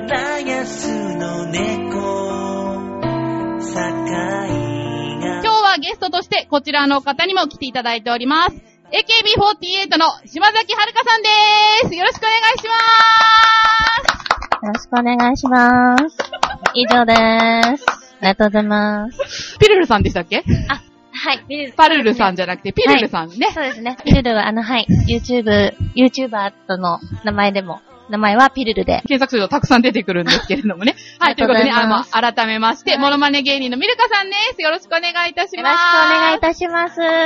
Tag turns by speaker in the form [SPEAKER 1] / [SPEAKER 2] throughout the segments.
[SPEAKER 1] ラスの猫、堺が
[SPEAKER 2] 今日はゲストとしてこちらの方にも来ていただいております。AKB48 の島崎遥香さんでーす。よろしくお願いしま
[SPEAKER 3] よろしくお願いします。以上でーす。ありがとうございます。
[SPEAKER 2] ーす。ピルルさんでしたっけ
[SPEAKER 3] はい、ビル
[SPEAKER 2] パルルさんじゃなくて、ピルルさんね。
[SPEAKER 3] そうですね。ピルルは、あの、はい、YouTube、YouTuber との名前でも、名前はピルルで。
[SPEAKER 2] 検索するとたくさん出てくるんですけれどもね。はい、ということで、ね、
[SPEAKER 3] あ
[SPEAKER 2] あ
[SPEAKER 3] りがとうございます
[SPEAKER 2] の、改めまして、
[SPEAKER 3] はい
[SPEAKER 2] モノマネ芸人のミルカさんです。よろしくお願いいたし
[SPEAKER 3] よ
[SPEAKER 2] ま
[SPEAKER 3] ろ
[SPEAKER 2] す。
[SPEAKER 3] しくお願いい
[SPEAKER 2] した
[SPEAKER 3] します。モノ
[SPEAKER 2] あ
[SPEAKER 3] マ
[SPEAKER 2] ー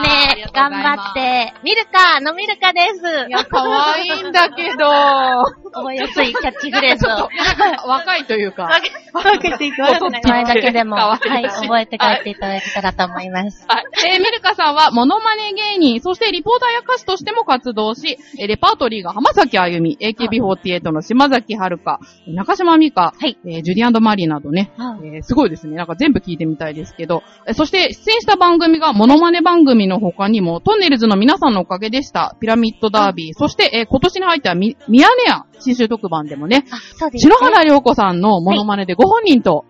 [SPEAKER 2] あり
[SPEAKER 3] ネ
[SPEAKER 2] が、とう
[SPEAKER 3] 頑
[SPEAKER 2] ございます
[SPEAKER 3] 張って、ミルカのミルカです。
[SPEAKER 2] いや、可愛いんだけど、
[SPEAKER 3] 覚え やすいキャッチフレーズを。
[SPEAKER 2] 若いというか。
[SPEAKER 3] 分けていくわ
[SPEAKER 2] けない
[SPEAKER 3] 前だけでも、
[SPEAKER 2] 可
[SPEAKER 3] は
[SPEAKER 2] 愛い
[SPEAKER 3] い、覚えて帰っていただけたらと思います。
[SPEAKER 2] はい。えー、ミルカさんは、モノマネ芸人、そしてリポーターや歌手としても活動し、えーレパートリーが浜崎あゆみ、AKB48 の島崎遥香、中島美香、
[SPEAKER 3] はい
[SPEAKER 2] えージュリアンド・マリーなどね、
[SPEAKER 3] あ
[SPEAKER 2] えーすごいですね。なんか全部聞いてみたいですけど。えーそして、出演した番組がモノマネ番組の他にも、トンネルズの皆さんのおかげでした。ピラミッドダービー。そして、えー今年に入ったミミヤネ屋新集特番でもね、
[SPEAKER 3] あ、そうですね。
[SPEAKER 2] 白原涼子さんのモノマネでご本人と、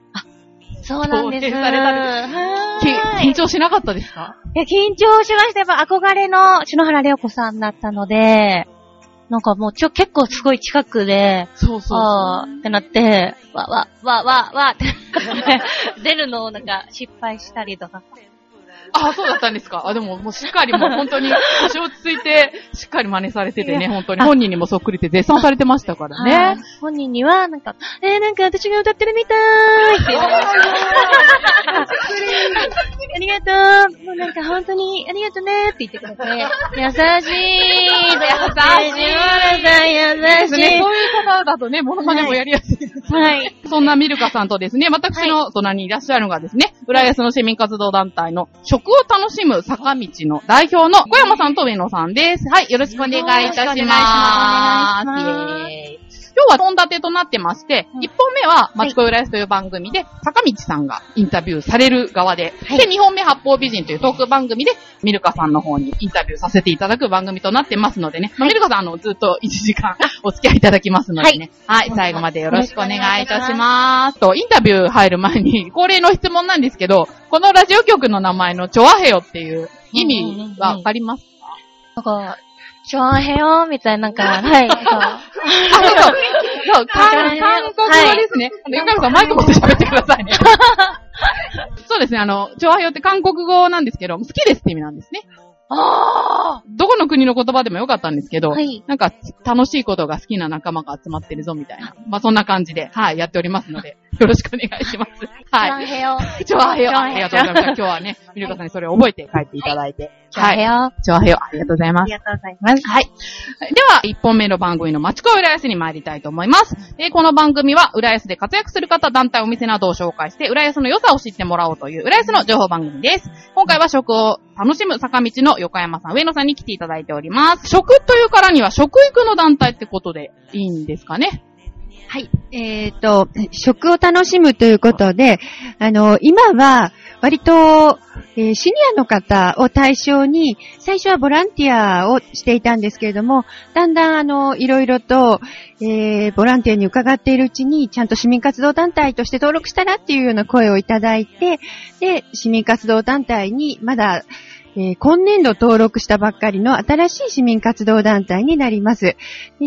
[SPEAKER 3] そうなんです。
[SPEAKER 2] 想定されたん
[SPEAKER 3] は
[SPEAKER 2] き
[SPEAKER 3] ーい
[SPEAKER 2] 緊張しなかったですか
[SPEAKER 3] いや、緊張しました。やっぱ憧れの篠原涼子さんだったので、なんかもうちょ、結構すごい近くで、
[SPEAKER 2] そうそうそう。
[SPEAKER 3] あーってなって、わ、わ、わ、わ、わって なって、出るのをなんか失敗したりとか。
[SPEAKER 2] あ、そうだったんです か。あ、でも、もうしっかりもう本当に腰落ち着いて、しっかり真似されててね、本当に。
[SPEAKER 3] あ
[SPEAKER 2] 本人にもそっくりって絶賛されてましたから
[SPEAKER 3] は
[SPEAKER 2] ね。。
[SPEAKER 3] い本人には、なんか、えー、なんか私が歌ってるみたーいって言われ ました。ありがとう。もうなんか本当に、ありがとねーって言ってくれて、優しい。
[SPEAKER 2] そうね
[SPEAKER 3] 優しい。優しい。
[SPEAKER 2] そういう方だとね、モノマネもやりやすいです。
[SPEAKER 3] はい。
[SPEAKER 2] そんなミルカさんとですね、私の隣にいらっしゃるのがですね、浦安の市民活動団体の食を楽しむ坂道の代表の小山さんと上野さんです。はい、よろしくお願いいたします。
[SPEAKER 3] よろしくお願いします
[SPEAKER 2] イエーイ今日は本立てとなってまして、
[SPEAKER 3] うん
[SPEAKER 2] 1本目は、
[SPEAKER 3] はい
[SPEAKER 2] 町子浦安という番組で、坂道さんがインタビューされる側で、で、2本目、八方美人というトーク番組で、ミルカさんの方にインタビューさせていただく番組となってますのでね、まあミルカさん、あの、ずっと1時間お付き合いいただきますのでね、はい、最後までよろしくお願いいたします。と、インタビュー入る前に、恒例の質問なんですけど、このラジオ局の名前のチョアヘヨっていう意味はわかります
[SPEAKER 3] なんか、ちょへよみたいな、なんか、はい。
[SPEAKER 2] あ、 そうそう。そう、韓韓国語ですね。あのゆかみさん、マイク持って喋ってくださいね。そうですね、あの、チョアヘヨって韓国語なんですけど、好きですって意味なんですね。
[SPEAKER 3] あ
[SPEAKER 2] どこの国の言葉でもよかったんですけど、
[SPEAKER 3] はい
[SPEAKER 2] なんか楽しいことが好きな仲間が集まってるぞみたいな、まあそんな感じで、はい、やっておりますので、よろしくお願いします。はい。
[SPEAKER 3] い。 ちょへよ
[SPEAKER 2] チョアヘヨ、
[SPEAKER 3] チョ
[SPEAKER 2] あ
[SPEAKER 3] アヘヨ
[SPEAKER 2] りがとうござい ます。今日はね、ミルカさんにそれを覚えて帰っていただいて。
[SPEAKER 3] ちょへ
[SPEAKER 2] はい。
[SPEAKER 3] よ
[SPEAKER 2] チョアヘヨ、ありがとうございます
[SPEAKER 3] あり。がとうございます。
[SPEAKER 2] はい。では、1本目の番組の町子浦安に参りたいと思います。えーこの番組は、浦安で活躍する方、団体、お店などを紹介して、浦安の良さを知ってもらおうという、浦安の情報番組です。今回は食を楽しむ坂道の横山さん、上野さんに来ていただいております。食というからには、食育の団体ってことでいいんですかね。
[SPEAKER 4] はい。えっ、と、食を楽しむということで、あの、今は、割と、えーシニアの方を対象に、最初はボランティアをしていたんですけれども、だんだん、あの、いろいろと、えーボランティアに伺っているうちに、ちゃんと市民活動団体として登録したらっていうような声をいただいて、で、市民活動団体に、まだ、えー今年度登録したばっかりの新しい市民活動団体になります。で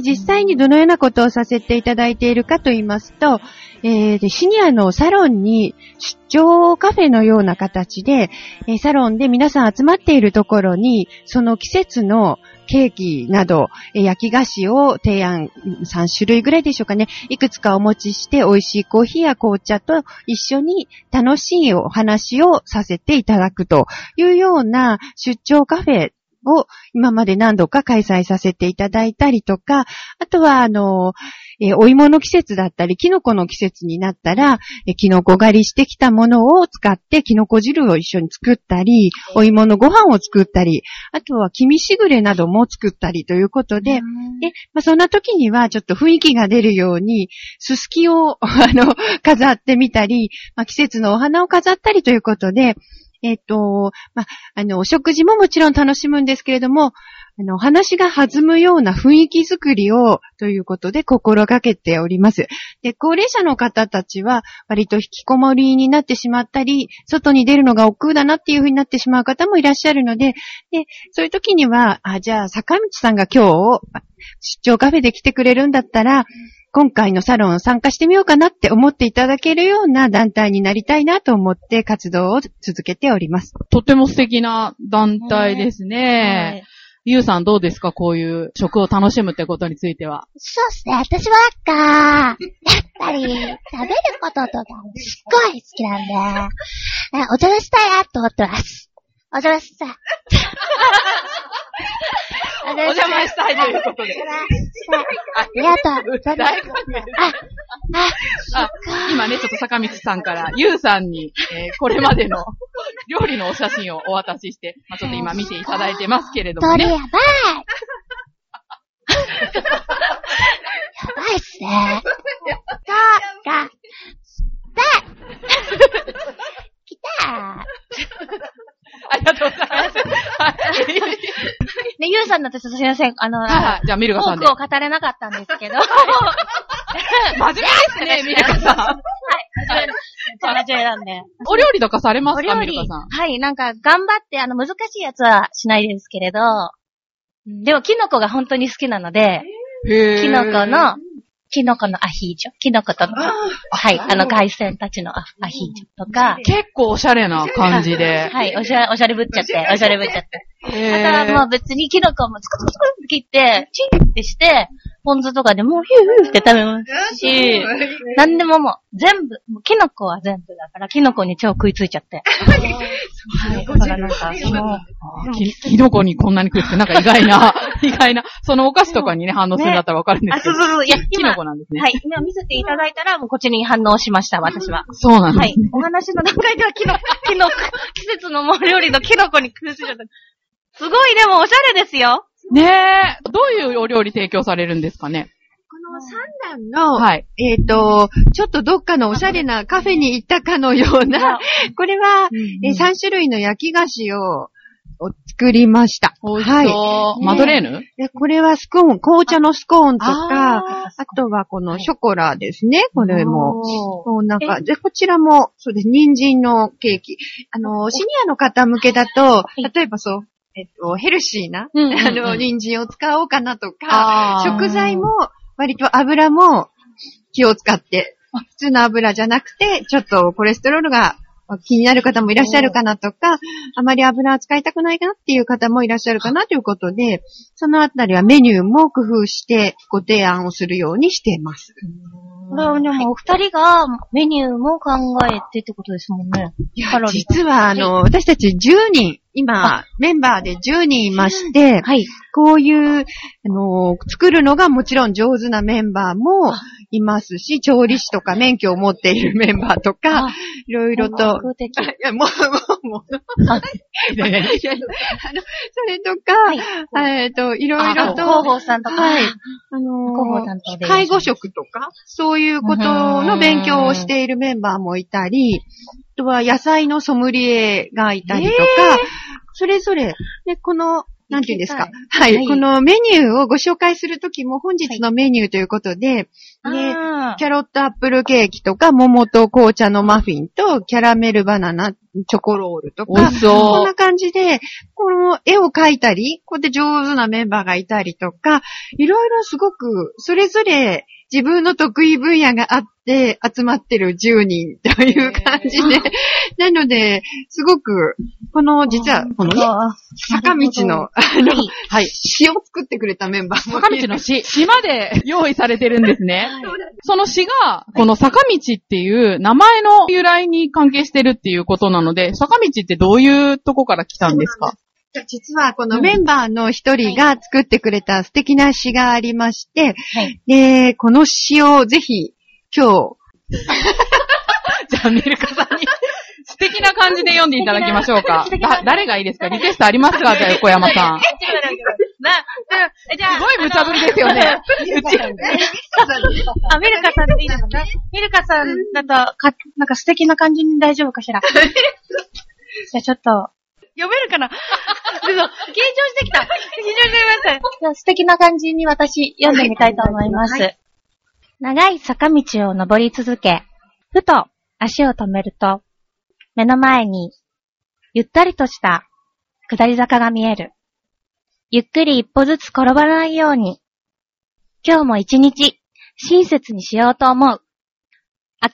[SPEAKER 4] 実際にどのようなことをさせていただいているかと言いますと、えーでシニアのサロンに出張カフェのような形で、えーサロンで皆さん集まっているところに、その季節のケーキなど、えー焼き菓子を提案、3種類ぐらいでしょうかね。いくつかお持ちして、美味しいコーヒーや紅茶と一緒に楽しいお話をさせていただくというような出張カフェを今まで何度か開催させていただいたりとか、あとは、あの、えーお芋の季節だったり、キノコの季節になったら、えーキノコ狩りしてきたものを使って、キノコ汁を一緒に作ったり、お芋のご飯を作ったり、あとは、黄身しぐれなども作ったりということで、で、まあ、そんな時には、ちょっと雰囲気が出るように、すすきを、 あの、飾ってみたり、まあ、季節のお花を飾ったりということで、えっ、と、まあ、あの、お食事ももちろん楽しむんですけれども、あの、話が弾むような雰囲気づくりを、ということで心がけております。で、高齢者の方たちは、割と引きこもりになってしまったり、外に出るのが億劫だなっていうふうになってしまう方もいらっしゃるので、で、そういう時には、あ、じゃあ、坂道さんが今日、出張カフェで来てくれるんだったら、今回のサロン参加してみようかなって思っていただけるような団体になりたいなと思って活動を続けております。
[SPEAKER 2] とても素敵な団体ですね。ゆうさんどうですかこういう食を楽しむってことについては。
[SPEAKER 5] そうっすね。私はなんか、やっぱり、食べることとか、すっごい好きなんで、あお邪魔したいなと思ってます。お邪魔 したい。お
[SPEAKER 2] お邪魔したいということ
[SPEAKER 5] お
[SPEAKER 2] で。
[SPEAKER 5] 邪魔したい。ありがとう。
[SPEAKER 2] 大歓迎です。あ、今ね、ちょっと坂道さんから、ゆうさんに、えーこれまでの料理のお写真をお渡しして、まあ、ちょっと今見ていただいてますけれども
[SPEAKER 5] それ
[SPEAKER 2] ね。
[SPEAKER 5] やばい。やばいっすね。 そうか。来た
[SPEAKER 2] ありがとうございます。はい。
[SPEAKER 3] ね、ゆうさんだってちょっとすいません。あの、
[SPEAKER 2] はいじゃあ、ミルカさ
[SPEAKER 3] 多
[SPEAKER 2] ん
[SPEAKER 3] く
[SPEAKER 2] で。
[SPEAKER 3] を語れなかったんです けど。
[SPEAKER 2] 真面目ですね、ミルカさん。
[SPEAKER 3] はい。真面目なんで。
[SPEAKER 2] お料理とかされま
[SPEAKER 3] お
[SPEAKER 2] すか、
[SPEAKER 3] 料
[SPEAKER 2] ミル
[SPEAKER 3] 理
[SPEAKER 2] カさん。。
[SPEAKER 3] はい。なんか、頑張って、あの、難しいやつはしないですけれど、でも、キノコが本当に好きなので、
[SPEAKER 2] へー
[SPEAKER 3] キノコの、キノコのアヒージョ。キノコと、はい。あの、外旋たちのアアヒージョとか、
[SPEAKER 2] 結構おしゃれな感じで。
[SPEAKER 3] はい。おしゃれ、おしゃれぶっちゃって、おしゃれぶっちゃって。
[SPEAKER 2] へー
[SPEAKER 3] あとはもう別にキノコもつくつくつくって切って、チンってして、ポン酢とかでもうヒューヒューって食べますし、なんでももう全部、もうキノコは全部だから、キノコに超食いついちゃって。はい。だからなんか、その、
[SPEAKER 2] あき きのこにこんなに食って、なんか意外な、意外な、そのお菓子とかにね、反応するんだったらわかるんで
[SPEAKER 3] あ、
[SPEAKER 2] すけ
[SPEAKER 3] そう
[SPEAKER 2] ど。
[SPEAKER 3] そうそう、いや、
[SPEAKER 2] き
[SPEAKER 3] 今、
[SPEAKER 2] の
[SPEAKER 3] は
[SPEAKER 2] こなんですね。
[SPEAKER 3] い、今見せていただいたら、もうこっちに反応しました、私は。
[SPEAKER 2] そうなん
[SPEAKER 3] は
[SPEAKER 2] で
[SPEAKER 3] い
[SPEAKER 2] すね。。
[SPEAKER 3] お話の段階ではキノコ、 キノコ、季節のもう料理のキノコに食いついちゃった。すごい、でもおしゃれですよ。
[SPEAKER 2] ねえ、どういうお料理提供されるんですかね
[SPEAKER 4] この3段の、
[SPEAKER 2] はい。
[SPEAKER 4] えっ、と、ちょっとどっかのおしゃれなカフェに行ったかのような、これは、えー、3種類の焼き菓子をお作りました。
[SPEAKER 2] 美味し
[SPEAKER 4] はい。
[SPEAKER 2] そう。
[SPEAKER 4] ね
[SPEAKER 2] マドレーヌ
[SPEAKER 4] でこれはスコーン、紅茶のスコーンとか、あ
[SPEAKER 2] あ
[SPEAKER 4] とはこのショコラですね、これも。
[SPEAKER 2] も。
[SPEAKER 4] そうなんか、で、こちらも、そうです。人参のケーキ。あの、シニアの方向けだと、例えばそう、えっと、ヘルシーな、
[SPEAKER 2] うんうんうん
[SPEAKER 4] あの、人参を使おうかなとか、
[SPEAKER 2] あー
[SPEAKER 4] 食材も、割と油も気を使って、普通の油じゃなくて、ちょっとコレステロールが気になる方もいらっしゃるかなとか、あまり油を使いたくないなっていう方もいらっしゃるかなということで、そのあたりはメニューも工夫してご提案をするようにしています。
[SPEAKER 3] これはでもお二人がメニューも考えてってことですもんね。
[SPEAKER 4] いや
[SPEAKER 3] カロリー
[SPEAKER 4] 実は、あの、私たち10人、今、メンバーで10人いまして、
[SPEAKER 3] はい。
[SPEAKER 4] こういう、あの、作るのがもちろん上手なメンバーもいますし、調理師とか免許を持っているメンバーとか
[SPEAKER 3] あ、
[SPEAKER 4] いろいろと。
[SPEAKER 3] 本格的
[SPEAKER 4] いや、もう、もう、も う、
[SPEAKER 2] いやいや いや
[SPEAKER 4] いやいやあの、それとか、
[SPEAKER 3] はい。
[SPEAKER 4] えっ、と、いろいろと、
[SPEAKER 3] 広報さんとか、
[SPEAKER 4] はいあ
[SPEAKER 3] 広報
[SPEAKER 4] の
[SPEAKER 3] 担当で。
[SPEAKER 4] 介護職とか、そういうことの勉強をしているメンバーもいたり、あとは野菜のソムリエがいたりとか、それぞれ、で、この、なんていうんですか。はい、
[SPEAKER 3] はい
[SPEAKER 4] このメニューをご紹介するときも本日のメニューということで、 ね、
[SPEAKER 3] あー
[SPEAKER 4] キャロットアップルケーキとか、桃と紅茶のマフィンと、キャラメルバナナ、チョコロールと
[SPEAKER 2] 美
[SPEAKER 4] か
[SPEAKER 2] 味し、
[SPEAKER 4] こん
[SPEAKER 2] そ
[SPEAKER 4] な感じで、この絵を描いたり、こうやって上手なメンバーがいたりとか、いろいろすごく、それぞれ自分の得意分野があって、集まってる10人という感じで、なので、すごく、この、実は、このね、
[SPEAKER 3] あ
[SPEAKER 4] 坂道の、あの、はい、詩を作ってくれたメンバー
[SPEAKER 2] う。
[SPEAKER 4] も
[SPEAKER 2] 坂
[SPEAKER 4] いる
[SPEAKER 2] 道の詩、詩まで用意されてるんですね。その詩が、この坂道っていう名前の由来に関係してるっていうことなので、坂道ってどういうとこから来たんですか
[SPEAKER 4] 実はこのメンバーの一人が作ってくれた素敵な詩がありまして、
[SPEAKER 3] はい
[SPEAKER 4] で、この詩をぜひ今
[SPEAKER 2] じゃあ、ミルカさんに。素敵な感じで読んでいただきましょうか
[SPEAKER 3] 素。敵な
[SPEAKER 2] だ、誰がいいですかリクエストありますかじゃあ、横山さん。す
[SPEAKER 3] な、うんじゃあ、
[SPEAKER 2] ごい無茶ぶ りですよね。うち、
[SPEAKER 3] あ、ミルカさんでいいですかミルカさん だと、か、なんか素敵な感じに大丈夫かしら。じゃあちょっと、読めるかな嘘緊張してきた。緊張してきまし
[SPEAKER 5] じゃあ素敵な感じに私読んでみたいと思います。
[SPEAKER 3] は
[SPEAKER 5] 長い坂道を登り続け、ふと足を止めると、目の前に、ゆったりとした下り坂が見える。ゆっくり一歩ずつ転ばないように、今日も一日、親切にしようと思う。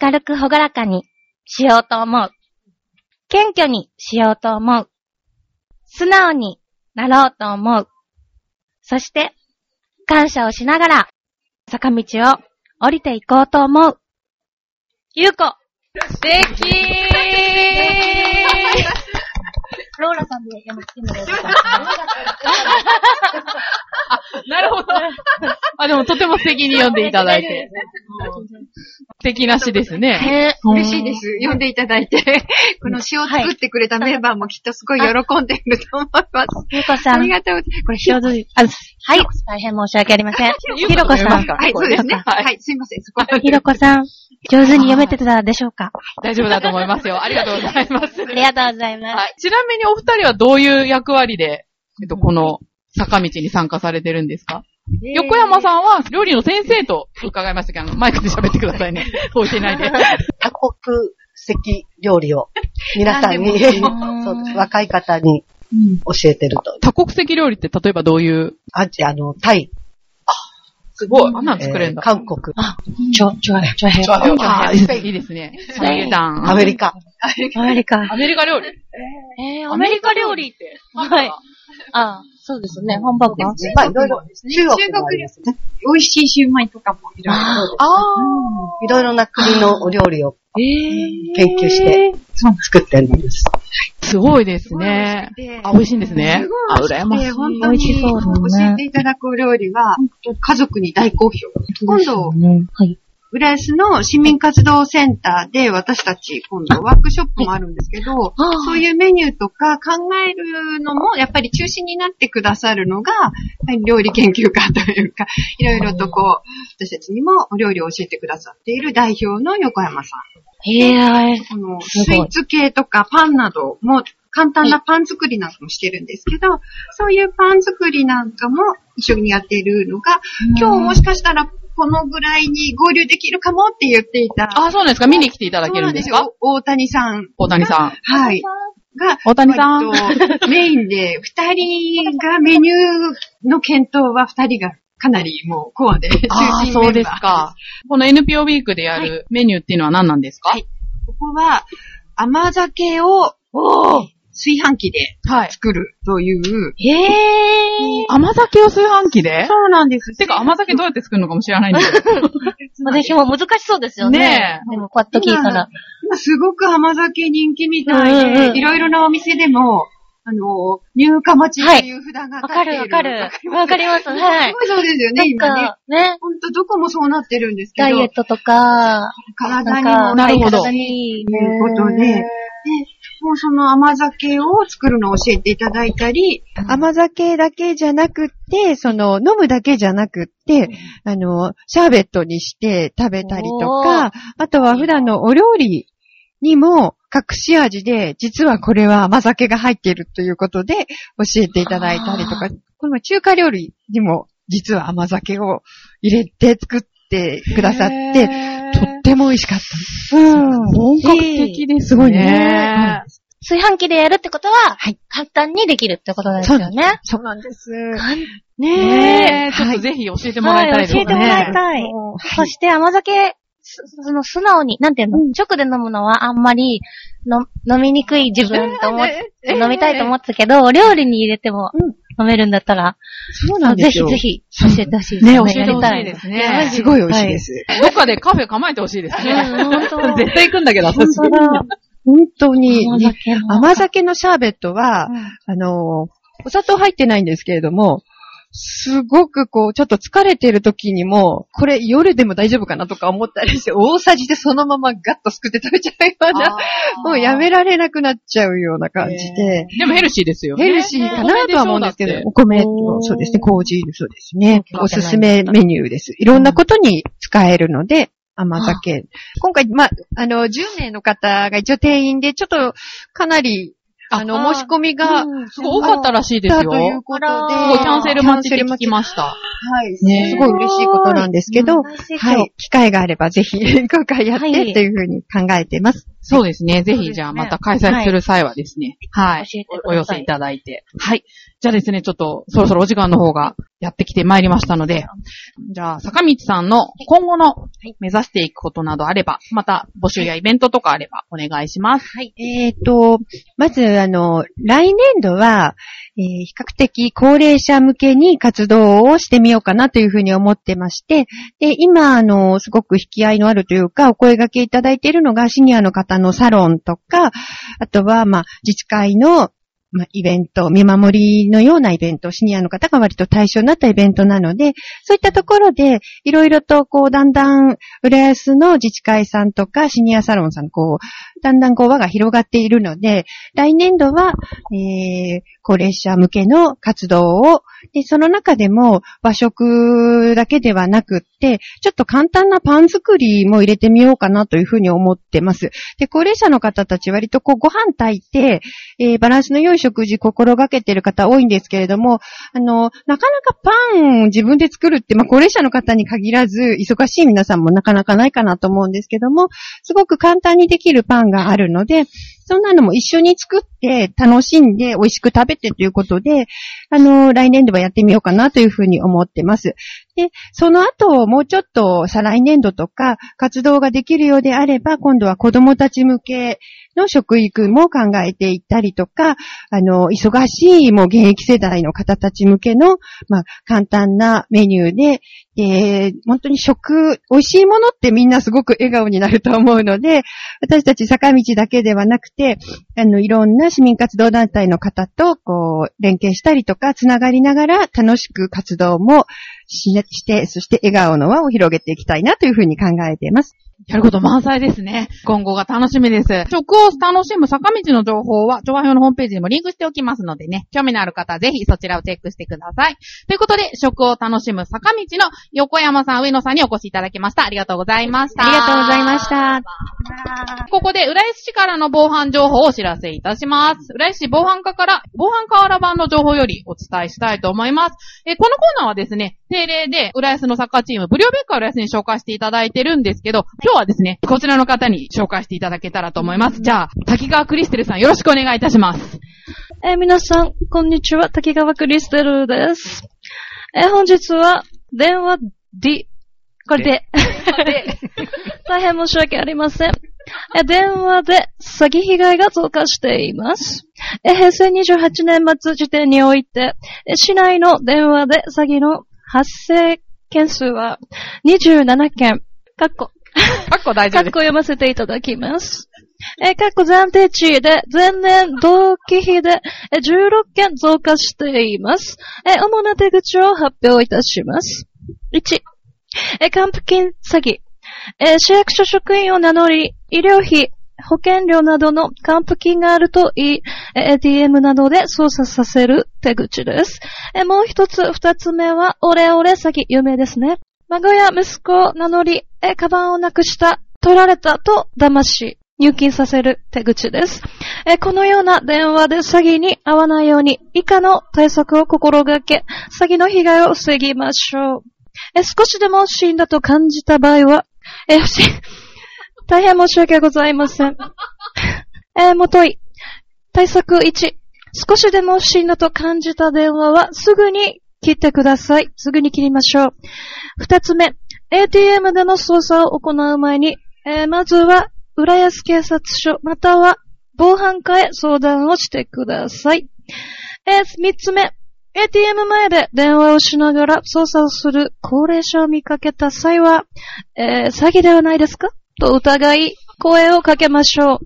[SPEAKER 5] 明るくほがらかにしようと思う。謙虚にしようと思う。素直になろうと思う。そして、感謝をしながら、坂道を降りていこうと思う。ゆうこ。
[SPEAKER 3] た。素 敵
[SPEAKER 5] ローラさんで読む読んでくだ さ
[SPEAKER 2] なるほど。あ、でもとても素敵に読んでいただいて。素敵な詩です
[SPEAKER 5] い。
[SPEAKER 2] ね。
[SPEAKER 5] へ
[SPEAKER 2] うん
[SPEAKER 6] 嬉しいです。読んでいただいて。この詩を作ってくれたメンバーもきっとすごい喜んでいると思います。
[SPEAKER 5] ゆうこさ
[SPEAKER 6] あ
[SPEAKER 5] ん
[SPEAKER 6] り。がとうございます。これ、ひ
[SPEAKER 5] 上手にあはい。大変申し訳ありま せん。ひろこさん。
[SPEAKER 6] はい、そうですね。はい、すいません。そこまで
[SPEAKER 5] ひろこ さん。上手に読めてたでしょうか
[SPEAKER 2] 大丈夫だと思いますよ。ありがとうござい ます。
[SPEAKER 5] ありがとうございます。
[SPEAKER 2] はい。ちなみにお二人はどういう役割で、えっと、この坂道に参加されてるんですか、横山さんは料理の先生と伺いましたけど、あのマイクで喋ってください ね。通してないで。
[SPEAKER 7] 多国籍料理を皆さんに、
[SPEAKER 5] も
[SPEAKER 7] そうです若い方に教えてると。
[SPEAKER 2] 多国籍料理って例えばどういう
[SPEAKER 7] アジアのタイ、
[SPEAKER 2] すごい。あんなの作れ
[SPEAKER 7] え
[SPEAKER 2] るん
[SPEAKER 7] ー
[SPEAKER 2] だ。
[SPEAKER 7] 韓国、
[SPEAKER 3] ちょ、ちょ、ちょ、へ
[SPEAKER 7] あ
[SPEAKER 2] 韓国
[SPEAKER 7] あスペイン
[SPEAKER 2] いいですね。シャンタン。
[SPEAKER 7] アメリカ、
[SPEAKER 3] アメリカ。
[SPEAKER 2] アメリカ料理。
[SPEAKER 3] えー、
[SPEAKER 2] ア
[SPEAKER 3] ア
[SPEAKER 2] メ
[SPEAKER 3] メ
[SPEAKER 2] リ
[SPEAKER 3] リ
[SPEAKER 2] カ
[SPEAKER 3] カ
[SPEAKER 2] 料
[SPEAKER 3] 料
[SPEAKER 2] 理
[SPEAKER 3] 理って。
[SPEAKER 2] はい。
[SPEAKER 3] ああ、そうですね。ハンバーガー。
[SPEAKER 7] まあいろいろ、中国もありますね。
[SPEAKER 6] 美味しいシューマイとかもいろいろ。
[SPEAKER 2] あ
[SPEAKER 7] いろいろな国のお料理を
[SPEAKER 3] え
[SPEAKER 7] 研究して作ってるんです。
[SPEAKER 2] あ。すごいですね。あ、美味しいんですね。あ、羨ましい
[SPEAKER 6] で、。本当
[SPEAKER 3] 美味し
[SPEAKER 6] に
[SPEAKER 3] そうだね
[SPEAKER 6] 教えていただくお料理は、家族に大好評。今度、
[SPEAKER 3] はい。
[SPEAKER 6] 浦安の市民活動センターで私たち今度ワークショップもあるんですけど、そういうメニューとか考えるのもやっぱり中心になってくださるのが、やっぱり料理研究家というか、いろいろとこう、私たちにもお料理を教えてくださっている代表の横山さん。
[SPEAKER 3] えー、
[SPEAKER 6] このス
[SPEAKER 3] すごい
[SPEAKER 6] イーツ系とかパンなども簡単なパン作りなんかもしてるんですけど、そういうパン作りなんかも一緒にやっているのが、今日もしかしたらこのぐらいに合流できるかもって言っていた。
[SPEAKER 2] あ、そうなんですか見に来ていただけるんで
[SPEAKER 6] そ
[SPEAKER 2] す
[SPEAKER 6] うな
[SPEAKER 2] か
[SPEAKER 6] よ大谷さん。
[SPEAKER 2] 大谷さん。
[SPEAKER 6] はい。が、
[SPEAKER 2] 大谷さん
[SPEAKER 6] 割とメインで、二人がメニューの検討は二人がかなりもうコアで、中心メンバ
[SPEAKER 2] ああ、
[SPEAKER 6] ー
[SPEAKER 2] そうですか。この NPO ウィークでやるメニューっていうのは何なんですか
[SPEAKER 6] はいここは甘酒を炊飯器で
[SPEAKER 2] はい。
[SPEAKER 6] 作るという。
[SPEAKER 3] えー。
[SPEAKER 2] 甘酒を炊飯器で
[SPEAKER 6] そうなんです。
[SPEAKER 2] てか甘酒どうやって作るのかも知らないんです けど。
[SPEAKER 3] 私も難しそうですよね。
[SPEAKER 2] ね
[SPEAKER 3] でも、こうやって聞いたら。
[SPEAKER 6] 今すごく甘酒人気みたいで、
[SPEAKER 3] うんうんうん
[SPEAKER 6] いろいろなお店でも、あの、入荷待ちっていう札が
[SPEAKER 3] わか
[SPEAKER 6] 立っ
[SPEAKER 3] る
[SPEAKER 6] て
[SPEAKER 3] わ
[SPEAKER 6] い
[SPEAKER 3] かる。わかります。は
[SPEAKER 6] す
[SPEAKER 3] い。
[SPEAKER 6] ごいそうですよね、
[SPEAKER 3] なん
[SPEAKER 6] 今ね。
[SPEAKER 3] か、ね、
[SPEAKER 6] ほんとどこもそうなってるんですけ
[SPEAKER 3] ダイエ
[SPEAKER 6] ど
[SPEAKER 3] ッ、トとか、
[SPEAKER 6] 体
[SPEAKER 3] な
[SPEAKER 6] に
[SPEAKER 3] ん
[SPEAKER 6] も
[SPEAKER 3] か、
[SPEAKER 2] なるほど
[SPEAKER 3] 体にいい
[SPEAKER 6] ということで、で、もうその甘酒を作るのを教えていただいたり、
[SPEAKER 4] 甘酒だけじゃなくって、その、飲むだけじゃなくって、あの、シャーベットにして食べたりとか、あとは普段のお料理にも隠し味で、実はこれは甘酒が入っているということで、教えていただいたりとか、この中華料理にも、実は甘酒を入れて作ってくださって、とっても美味しかった。うん。
[SPEAKER 2] 本格的ですごいね。
[SPEAKER 3] 炊飯器でやるってことは、
[SPEAKER 4] はい
[SPEAKER 3] 簡単にできるってことですよ
[SPEAKER 4] そう
[SPEAKER 3] ね。
[SPEAKER 4] そうなんです。
[SPEAKER 2] ねえ、ちょっ
[SPEAKER 4] は
[SPEAKER 2] と
[SPEAKER 4] い。
[SPEAKER 2] ぜひ教えてもらいたいですね。
[SPEAKER 3] はい教えてもらいたい。そして甘酒、すその素直に、なんていうの、直で飲むのはあんまりの飲みにくい自分と 思って、飲みたいと思ってたけど、お料理に入れても飲めるんだったら、
[SPEAKER 4] そうなん
[SPEAKER 3] ぜ
[SPEAKER 4] です
[SPEAKER 3] ひ
[SPEAKER 4] よ。
[SPEAKER 3] ぜひ教えてほしいです
[SPEAKER 2] ね、
[SPEAKER 3] ね。
[SPEAKER 2] 教えてほし
[SPEAKER 3] や
[SPEAKER 2] い
[SPEAKER 3] りた
[SPEAKER 2] ですね。
[SPEAKER 4] すごい美味しいです。
[SPEAKER 2] どっかでカフェ構えてほしいですね。
[SPEAKER 3] うん、本当だ。
[SPEAKER 2] 絶対行くんだけど、私。
[SPEAKER 3] 本当だ。
[SPEAKER 4] 本当に、
[SPEAKER 3] 甘酒の。
[SPEAKER 4] 甘酒のシャーベットは、あの、お砂糖入ってないんですけれども、すごくこう、ちょっと疲れてる時にも、これ夜でも大丈夫かなとか思ったりして、大さじでそのままガッとすくって食べちゃうような、もうやめられなくなっちゃうような感じで、
[SPEAKER 2] でもヘルシーですよね。
[SPEAKER 4] ヘルシーかなとは思うんですけど、お米もそうですね、麹もそうですね。
[SPEAKER 3] うん
[SPEAKER 4] おすすめメニューです。いろんなことに使えるので、甘酒。今回、ま、あの、10名の方が一応定員で、ちょっとかなりあの、
[SPEAKER 8] あー
[SPEAKER 4] 申し込みが、
[SPEAKER 2] すごい多かったらしいです
[SPEAKER 4] だ
[SPEAKER 2] よ。
[SPEAKER 4] ということで、
[SPEAKER 8] あ
[SPEAKER 2] す
[SPEAKER 8] ら
[SPEAKER 2] ごいキャンセル待ちって聞き
[SPEAKER 4] す。
[SPEAKER 2] ました。
[SPEAKER 9] はい。
[SPEAKER 4] ね、すごい嬉しいことなんですけど、は。
[SPEAKER 3] はい
[SPEAKER 4] 機会があればぜひ、 今回やっ
[SPEAKER 8] はい
[SPEAKER 4] てというふうに考えてます。
[SPEAKER 2] そうですね。ぜ
[SPEAKER 8] そうです
[SPEAKER 2] ひ、
[SPEAKER 8] ね
[SPEAKER 2] じゃあまた開催する際はですね。はい。
[SPEAKER 8] 教えてください
[SPEAKER 2] おお寄せいただいて。はい。じゃあですね、ちょっと、そろそろお時間の方がやってきてまいりましたので、じゃあ、坂道さんの今後の目指していくことなどあれば、また募集やイベントとかあればお願いします。
[SPEAKER 4] えっ、と、まず、あの、来年度は、えー比較的高齢者向けに活動をしてみようかなというふうに思ってまして、で、今、あの、すごく引き合いのあるというか、お声掛けいただいているのが、シニアの方のサロンとか、あとは、まあ、自治会の、まあ、イベント、見守りのようなイベント、シニアの方が割と対象になったイベントなので、そういったところで、いろいろと、こう、だんだん、浦安の自治会さんとか、シニアサロンさん、こう、だんだんこう輪が広がっているので、来年度は、えー、高齢者向けの活動を、で、その中でも和食だけではなくって、ちょっと簡単なパン作りも入れてみようかなというふうに思ってます。で、高齢者の方たち割とこうご飯炊いて、えー、バランスの良い食事心がけている方多いんですけれども、あの、なかなかパン自分で作るって、まあ、高齢者の方に限らず、忙しい皆さんもなかなかないかなと思うんですけども、すごく簡単にできるパンがあるので、そんなのも一緒に作って楽しんで美味しく食べてということで、あの、来年度はやってみようかなというふうに思ってます。で、その後、もうちょっと再来年度とか活動ができるようであれば、今度は子供たち向けの食育も考えていったりとか、あの、忙しいもう現役世代の方たち向けの、まあ、簡単なメニューで、で、本当に食、美味しいものってみんなすごく笑顔になると思うので、私たち坂道だけではなくて、あの、いろんな市民活動団体の方と、こう、連携したりとか、つながりながら楽しく活動もしなして、そして笑顔の輪を広げていきたいなというふうに考えています。
[SPEAKER 2] やること満載ですね。今後が楽しみです。食を楽しむ坂道の情報は、調和表のホームページにもリンクしておきますのでね、興味のある方はぜひそちらをチェックしてください。ということで、食を楽しむ坂道の横山さん、上野さんにお越しいただきました。ありがとうございました。
[SPEAKER 4] ありがとうございました。
[SPEAKER 2] ここで、浦安市からの防犯情報をお知らせいたします。浦安市防犯課から、防犯河原版の情報よりお伝えしたいと思います。えーこのコーナーはですね、定例で、浦安のサッカーチーム、ブリオベッカー浦安に紹介していただいてるんですけど、今日はですね、こちらの方に紹介していただけたらと思います。じゃあ、滝川クリステルさん、よろしくお願いいたします。
[SPEAKER 3] えー皆さん、こんにちは。滝川クリステルです。えー本日は、電話 D。これ で。大変申し訳ありません。えー電話で詐欺被害が増加しています。えー平成28年末時点において、えー市内の電話で詐欺の発生件数は27件。かっこ
[SPEAKER 2] かっこ大丈
[SPEAKER 3] か
[SPEAKER 2] 夫
[SPEAKER 3] っ
[SPEAKER 2] です。
[SPEAKER 3] こ読ませていただきます。えー、かっこ暫定値で、前年同期比でえー16件増加しています。えー、主な手口を発表いたします。1、えー、還付金詐欺。えー、市役所職員を名乗り、医療費、保険料などの還付金があるといい、えー ATM などで操作させる手口です。えー、もう一つ、二つ目は、オレオレ詐欺、有名ですね。孫や息子を名乗り、え、カバンをなくした、取られたと騙し、入金させる手口です。え、このような電話で詐欺に遭わないように、以下の対策を心がけ、詐欺の被害を防ぎましょう。え、少しでも死んだと感じた場合は、え、 し大変申し訳ございません。え、もとい。対策1。少しでも死んだと感じた電話は、すぐに切ってください。すぐに切りましょう。二つ目、ATM での操作を行う前に、えーまずは、浦安警察署、または、防犯課へ相談をしてください。えー三つ目、ATM 前で電話をしながら操作をする高齢者を見かけた際は、えー詐欺ではないですかと疑い、声をかけましょう。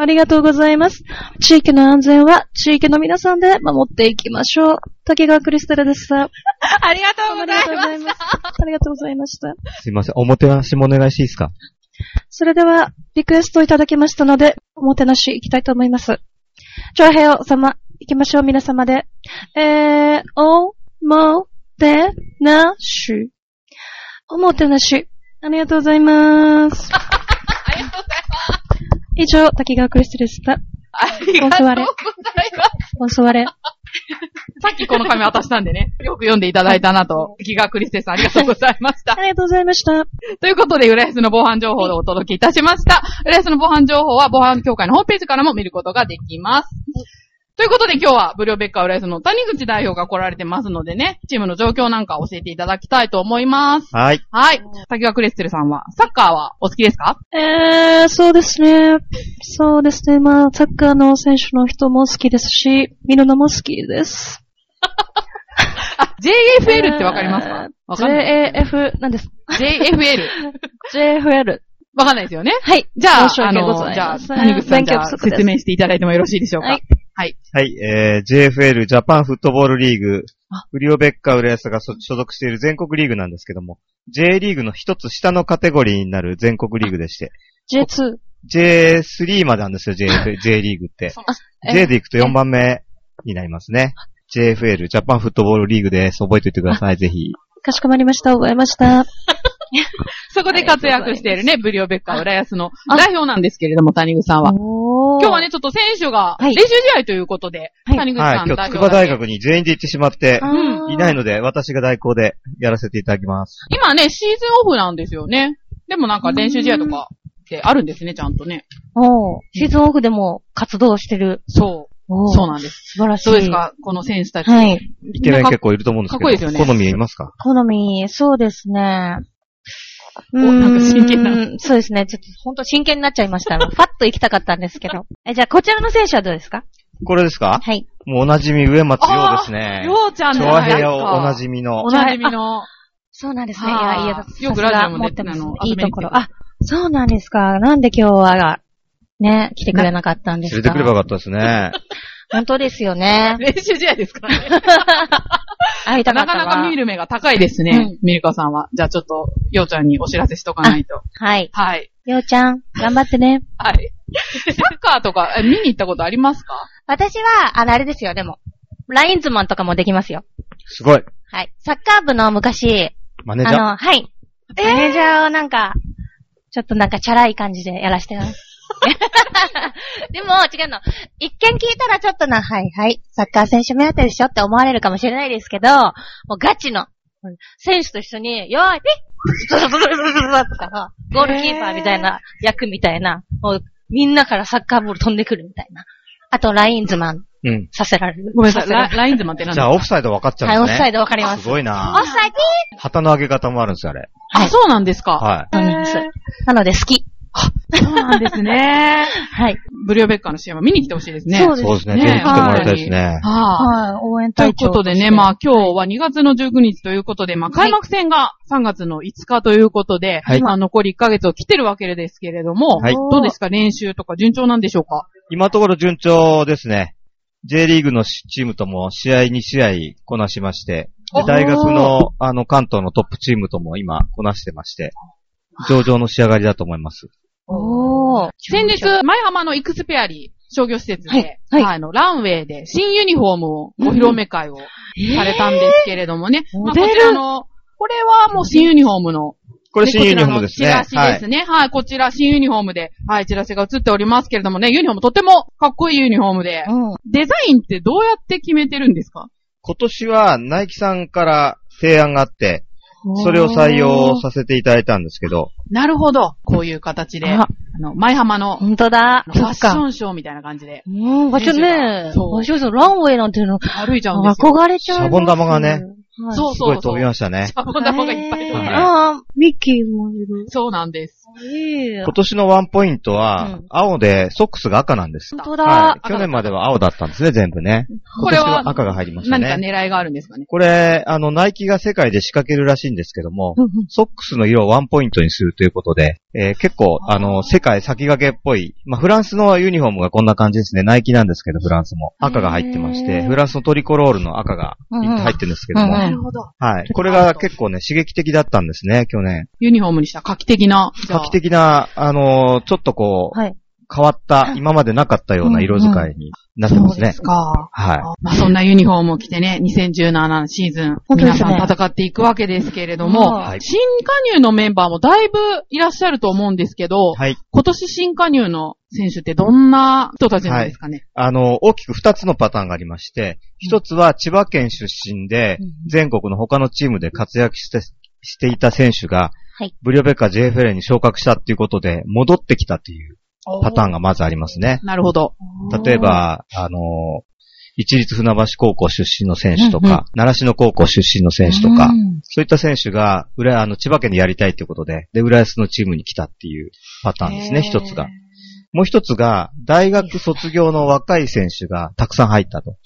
[SPEAKER 3] ありがとうございます。地域の安全は地域の皆さんで守っていきましょう。滝川クリステルでした。
[SPEAKER 2] ありがとうございます。
[SPEAKER 3] います。ありがとうございました。
[SPEAKER 10] すいません。おもてなしもお願いしていいですか
[SPEAKER 3] それでは、リクエストをいただきましたので、おもてなし行きたいと思います。長平王様、行きましょう、皆様で。えー、お、も、て、な、し。おもてなし。ありがとうございます。以上、滝川クリステルでした。
[SPEAKER 2] ありがとうございます。います。
[SPEAKER 5] 座れ。
[SPEAKER 2] さっきこの紙渡したんでね、よく読んでいただいたなと、ギガクリステさんありがとうございました。
[SPEAKER 5] ありがとうございました。
[SPEAKER 2] ということで、浦安の防犯情報をお届けいたしました。浦安の防犯情報は防犯協会のホームページからも見ることができます。ということで今日は、ブリオベッカー浦安の谷口代表が来られてますのでね、チームの状況なんかを教えていただきたいと思います。
[SPEAKER 10] はい。
[SPEAKER 2] はい。滝川クレステルさんは、サッカーはお好きですか
[SPEAKER 5] えー、そうですね。そうですね。まあ、サッカーの選手の人も好きですし、見るのも好きです。
[SPEAKER 2] あ、JFL ってわかりますかわかんない。
[SPEAKER 5] ?JAF、なんです。
[SPEAKER 2] JFL。
[SPEAKER 5] JFL。
[SPEAKER 2] わかんないですよね。
[SPEAKER 5] はい。
[SPEAKER 2] じゃあ、
[SPEAKER 5] 申し
[SPEAKER 2] あ
[SPEAKER 5] 訳ご
[SPEAKER 2] の、
[SPEAKER 5] ざい
[SPEAKER 2] じゃあ、
[SPEAKER 5] ません
[SPEAKER 2] 谷口さん、
[SPEAKER 5] 勉
[SPEAKER 2] じゃ
[SPEAKER 5] 強
[SPEAKER 2] あ
[SPEAKER 5] 不足です
[SPEAKER 2] 説明していただいてもよろしいでしょうか。
[SPEAKER 5] はい
[SPEAKER 2] はい。
[SPEAKER 10] はい、えー、JFL ジャパンフットボールリーグ
[SPEAKER 2] あ、
[SPEAKER 10] フリオベッカ浦安が所所属している全国リーグなんですけども、J リーグの一つ下のカテゴリーになる全国リーグでして、
[SPEAKER 5] J2。
[SPEAKER 10] J3 までなんですよ、J, J リーグって
[SPEAKER 2] そう。
[SPEAKER 5] え
[SPEAKER 10] J で行くと4番目になりますね。JFL ジャパンフットボールリーグです。覚えておいてください、ぜひ。
[SPEAKER 5] かしこまりました。覚えました。
[SPEAKER 2] そこで活躍しているね、ブリオベッカー浦安の代表なんですけれども、谷口さんは。
[SPEAKER 5] 今
[SPEAKER 2] 今日はね、、ちょっと選手が
[SPEAKER 5] は
[SPEAKER 2] 練
[SPEAKER 5] い
[SPEAKER 2] 習試合ということで、
[SPEAKER 5] はい
[SPEAKER 2] 谷口
[SPEAKER 10] は
[SPEAKER 2] さ
[SPEAKER 10] い、今
[SPEAKER 2] ん代表
[SPEAKER 10] 日、筑
[SPEAKER 2] だ
[SPEAKER 10] 波
[SPEAKER 2] け
[SPEAKER 10] 大学に全員で行ってしまって、
[SPEAKER 2] う
[SPEAKER 10] いない
[SPEAKER 5] の。
[SPEAKER 10] ので、私が代行でやらせていただきます。
[SPEAKER 2] 今ね、シーズンオフなんですよね。でもなんか練習試合とかってあるんですね、ちゃんとね。
[SPEAKER 5] おーシーズンオフでも活動してる。
[SPEAKER 2] そ
[SPEAKER 5] お
[SPEAKER 2] う。
[SPEAKER 5] ー
[SPEAKER 2] そうなんです。
[SPEAKER 5] 素晴らしい。
[SPEAKER 2] どうですかこの選手たち。
[SPEAKER 5] はい。
[SPEAKER 10] イケメン結構いると思うんですけど、
[SPEAKER 2] かっこいいですよね
[SPEAKER 10] 好みいますか
[SPEAKER 5] 好み、そうですね。うー
[SPEAKER 2] なんか真剣な。
[SPEAKER 5] そうですね。ちょっと本当真剣になっちゃい ました。ファッと行きたかったんですけど。え、じゃあ、こちらの選手はどうですか
[SPEAKER 10] これですか
[SPEAKER 5] はい。
[SPEAKER 10] もうおなじみ、上松洋ですね。
[SPEAKER 2] ようちゃんじ
[SPEAKER 10] 調
[SPEAKER 2] ゃ
[SPEAKER 10] 和
[SPEAKER 2] ないです
[SPEAKER 10] 平
[SPEAKER 2] か。
[SPEAKER 10] をおなじみの
[SPEAKER 2] お。なじみの。
[SPEAKER 5] そうなんですね。い
[SPEAKER 2] はあ
[SPEAKER 5] や、いや、だ
[SPEAKER 2] よくラジオもね
[SPEAKER 5] さすが持ってますね
[SPEAKER 2] あの。
[SPEAKER 5] いいとこ
[SPEAKER 2] 遊
[SPEAKER 5] ろ。
[SPEAKER 2] びに来
[SPEAKER 5] あ、そうなんですか。なんで今日は、ね、来てくれなかったんで
[SPEAKER 10] 連
[SPEAKER 5] す
[SPEAKER 10] れ
[SPEAKER 5] か
[SPEAKER 10] てくればよかったですね。
[SPEAKER 5] 本当ですよね。
[SPEAKER 2] 練習試合ですからね。
[SPEAKER 5] 会いた
[SPEAKER 2] な
[SPEAKER 5] かった
[SPEAKER 2] か
[SPEAKER 5] わ。
[SPEAKER 2] なか見る目が高いですね、ミルカさんは。じゃあちょっと、ようちゃんにお知らせしとかないと。
[SPEAKER 5] はい。
[SPEAKER 2] はい。
[SPEAKER 5] ようちゃん、頑張ってね。
[SPEAKER 2] はい。サッカーとか、え見に行ったことありますか
[SPEAKER 5] 私は、あの、あれですよ、でも。ラインズマンとかもできますよ。
[SPEAKER 10] すごい。
[SPEAKER 5] はい。サッカー部の昔、
[SPEAKER 10] マネー
[SPEAKER 5] あ
[SPEAKER 10] ジャー。
[SPEAKER 5] の、はい。マネージャーをなんか、ちょっとなんかチャラい感じでやらしてます。でも、違うの。一見聞いたらちょっとな、はいはい、サッカー選手目当てでしょって思われるかもしれないですけど、もうガチの、うん選手と一緒に、よーい、ピッブルブルブルブルブルとか、ゴールキーパーみたいな役みたいな、もうみんなからサッカーボール飛んでくるみたいな。あと、ラインズマン
[SPEAKER 10] うん。
[SPEAKER 5] させられる。
[SPEAKER 2] ごめんなさい、ラ
[SPEAKER 5] さ
[SPEAKER 2] ラインズマンって何
[SPEAKER 10] じ
[SPEAKER 2] で
[SPEAKER 10] ゃ
[SPEAKER 2] す
[SPEAKER 10] あ、
[SPEAKER 2] か
[SPEAKER 10] オフサイド分かっち
[SPEAKER 5] せ
[SPEAKER 10] ゃ
[SPEAKER 5] られるは
[SPEAKER 10] うんで
[SPEAKER 5] い、オフ
[SPEAKER 10] す
[SPEAKER 5] サ
[SPEAKER 10] ね。
[SPEAKER 5] イドわかります。
[SPEAKER 10] すごい
[SPEAKER 5] オ
[SPEAKER 10] な
[SPEAKER 5] フサイド
[SPEAKER 10] 旗の上げ方もあるんですよ、あれ。
[SPEAKER 5] あ
[SPEAKER 2] あ、そうなんですか。
[SPEAKER 10] は
[SPEAKER 5] そうなんです。なので好き。
[SPEAKER 2] そうなんですね。
[SPEAKER 5] はい。
[SPEAKER 2] ブリオベッカーの試合は見に来てほしいですね。
[SPEAKER 5] そう
[SPEAKER 10] い。
[SPEAKER 5] で。
[SPEAKER 10] そうですすね。
[SPEAKER 2] ね
[SPEAKER 10] ぜひ来てもらいたいですね。
[SPEAKER 2] はあ。
[SPEAKER 5] はい、応援
[SPEAKER 2] という
[SPEAKER 5] 隊
[SPEAKER 2] こ
[SPEAKER 5] 長
[SPEAKER 2] とでね、まあ今日は2月の19日ということで、まあ開幕戦が3月の5日ということで、
[SPEAKER 10] はい
[SPEAKER 2] まあ残り1ヶ月を切ってるわけですけれども、
[SPEAKER 10] はい
[SPEAKER 2] どうですか練習とか順調なんでしょうか
[SPEAKER 10] 今のところ順調ですね。J リーグのチームとも試合2試合こなしまして、で
[SPEAKER 2] お
[SPEAKER 10] 大学のあの関東のトップチームとも今こなしてまして、上々の仕上がりだと思います。
[SPEAKER 5] おー。
[SPEAKER 2] 先日、前浜のイクスペアリー商業施設で、
[SPEAKER 5] はいはい
[SPEAKER 2] あの、ランウェイで新ユニフォームをお披露目会をされたんですけれどもね。まあ、こちらの、これはもう新ユニフォームの、
[SPEAKER 10] これ新ユニフォームですね。
[SPEAKER 2] こちらのチラシですね。はい、こちら新ユニフォームで、はい、チラシが映っておりますけれどもね、ユニフォームとてもかっこいいユニフォームで、
[SPEAKER 5] うん。
[SPEAKER 2] デザインってどうやって決めてるんですか
[SPEAKER 10] 今年はナイキさんから提案があって、それを採用させていただいたんですけど、
[SPEAKER 2] なるほど。こういう形で、あ
[SPEAKER 5] あ
[SPEAKER 2] の、前浜の、
[SPEAKER 5] 本当だ。
[SPEAKER 2] あのファッションショーみたいな感じで、
[SPEAKER 5] うん、わちょね、
[SPEAKER 2] そう
[SPEAKER 5] わしょさん、ランウェイなんていうの、
[SPEAKER 2] 歩いちゃうんですよ。
[SPEAKER 5] 憧れちゃう。
[SPEAKER 10] シャボン玉がね、
[SPEAKER 5] はい、
[SPEAKER 2] そう
[SPEAKER 10] す
[SPEAKER 2] そうそ
[SPEAKER 10] ご
[SPEAKER 2] う。
[SPEAKER 10] い飛びましたね
[SPEAKER 2] シ。ャボン玉がいっぱい飛んで
[SPEAKER 10] ね
[SPEAKER 2] る
[SPEAKER 5] ああ、
[SPEAKER 6] ミッキーもいる。
[SPEAKER 2] そうなんです。
[SPEAKER 5] いい。
[SPEAKER 10] 今年のワンポイント
[SPEAKER 5] う
[SPEAKER 10] は
[SPEAKER 5] ん、
[SPEAKER 10] 青でソックスが赤なんです。
[SPEAKER 5] 本当
[SPEAKER 10] は
[SPEAKER 5] だ。
[SPEAKER 10] い。去年までは青だったんですね、全部ね。
[SPEAKER 2] これは
[SPEAKER 10] 今年赤が入りました
[SPEAKER 2] 何か
[SPEAKER 10] ね。
[SPEAKER 2] 狙いがあるんですかね。
[SPEAKER 10] これ、あの、ナイキが世界で仕掛けるらしいんですけども、ソックスの色をワンポイントにするということで、えー結構、あの、世界先駆けっぽい、まあ、フランスのユニフォームがこんな感じですね。ナイキなんですけど、フランスも。赤が入ってまし
[SPEAKER 5] へ
[SPEAKER 10] て、
[SPEAKER 5] ー
[SPEAKER 10] フランスのトリコロールの赤が
[SPEAKER 5] うんうん
[SPEAKER 10] 入ってるんですけども、
[SPEAKER 5] うんうんな
[SPEAKER 2] るほど。
[SPEAKER 10] はい。これが結構ね、刺激的だったんですね、去年。
[SPEAKER 2] ユニフォームにした画期的な。じゃあ
[SPEAKER 10] 画期的な、あの、ちょっとこう、
[SPEAKER 5] はい
[SPEAKER 10] 変わった、今までなかったような色使いになってます
[SPEAKER 2] そうで
[SPEAKER 10] ね
[SPEAKER 2] す。か。
[SPEAKER 10] はい。
[SPEAKER 2] まあ、そんなユニフォームを着てね、2017シーズン、
[SPEAKER 5] 本当で
[SPEAKER 2] 皆
[SPEAKER 5] すね
[SPEAKER 2] さん戦っていくわけですけれど
[SPEAKER 5] うん
[SPEAKER 2] も、
[SPEAKER 10] はい
[SPEAKER 2] 新加入のメンバーもだいぶいらっしゃると思うんですけど、
[SPEAKER 10] はい。
[SPEAKER 2] 今年新加入の選手ってどんな人たちなんですかね。
[SPEAKER 10] あの、大きく二つのパターンがありまして、一つは千葉県出身で、全国の他のチームで活躍して、していた選手が、
[SPEAKER 5] はい
[SPEAKER 10] ブリオベッカ JFLA に昇格したっていうことで、戻ってきたというパターンがまずありますね。
[SPEAKER 2] なるほど。
[SPEAKER 10] 例えば、あの、一律船橋高校出身の選手とか、習志野高校出身の選手とか、そういった選手が、裏、あの、千葉県でやりたいってことで、で、浦安のチームに来たっていうパターンですね、一つが。もう一つが、大学卒業の若い選手がたくさん入ったと。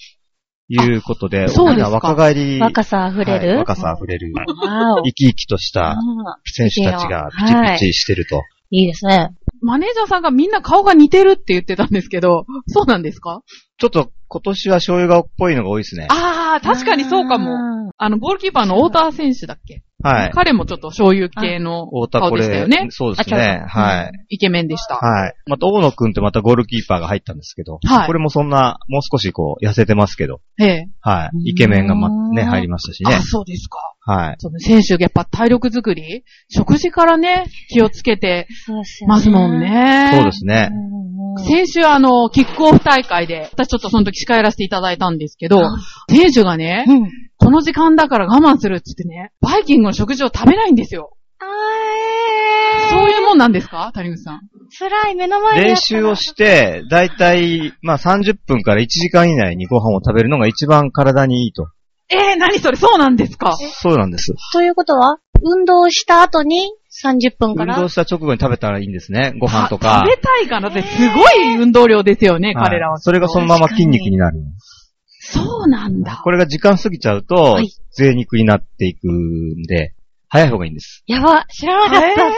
[SPEAKER 10] いうことで、
[SPEAKER 2] そう
[SPEAKER 10] 大
[SPEAKER 2] で
[SPEAKER 10] き
[SPEAKER 2] すか
[SPEAKER 10] な若返り、
[SPEAKER 5] 若さ溢れ
[SPEAKER 10] はい
[SPEAKER 5] る、
[SPEAKER 10] 若さ溢れる、
[SPEAKER 5] わお
[SPEAKER 10] 生き生きとした選手たちがピチピチしてると。
[SPEAKER 5] いいですね。
[SPEAKER 2] マネージャーさんがみんな顔が似てるって言ってたんですけど、 そうなんですか
[SPEAKER 10] ちょっと今年は醤油顔っぽいのが多いですね。
[SPEAKER 2] ああ、確かにそうかも。あの、ゴールキーパーの太田選手だっけ
[SPEAKER 10] はい。
[SPEAKER 2] 彼もちょっと醤油系の
[SPEAKER 10] 太田
[SPEAKER 2] 顔
[SPEAKER 10] こ
[SPEAKER 2] でしたよ
[SPEAKER 10] れ
[SPEAKER 2] ね、。
[SPEAKER 10] そうです
[SPEAKER 5] あ
[SPEAKER 10] ね。はい。
[SPEAKER 2] イケメンでした。
[SPEAKER 10] はい。また、大野くんってまたゴールキーパーが入ったんですけど、
[SPEAKER 2] はい
[SPEAKER 10] これもそんな、もう少しこう、痩せてますけど、
[SPEAKER 2] ええ。
[SPEAKER 10] はい。イケメンがま、ね、入りましたしね
[SPEAKER 2] あ、。そうですか。
[SPEAKER 10] はい。
[SPEAKER 2] その選手がやっぱ体力づくり食事からね、気をつけて
[SPEAKER 5] そうですよね。
[SPEAKER 2] ますもんね。
[SPEAKER 10] そうですね。
[SPEAKER 5] うんうん。
[SPEAKER 2] 先週あの、キックオフ大会で、私ちょっとその時司会やらせていただいたんですけど、選手がね、
[SPEAKER 5] うん
[SPEAKER 2] この時間だから我慢するって言ってね、バイキングの食事を食べないんですよ。そういうもんなんですか谷口さん。
[SPEAKER 5] 辛い、目の前で
[SPEAKER 10] 練
[SPEAKER 5] やったら。
[SPEAKER 10] 習をして、だいたい、まあ、30分から1時間以内にご飯を食べるのが一番体にいいと。
[SPEAKER 2] えー、何それそうなんですか
[SPEAKER 10] そうなんです。
[SPEAKER 5] ということは、運動した後に30分か
[SPEAKER 10] 運
[SPEAKER 5] ら。
[SPEAKER 10] 動した直後に食べたらいいんですね。ご飯とか
[SPEAKER 2] あ。食べたいからってすごい運動量ですよね、彼ら
[SPEAKER 10] は
[SPEAKER 2] は。
[SPEAKER 10] いそれがそのまま筋肉になる。
[SPEAKER 2] そうなんだ。
[SPEAKER 10] これが時間過ぎちゃうと、贅肉になっていくんで、早い方がいいんです。
[SPEAKER 5] やば、知らなかった。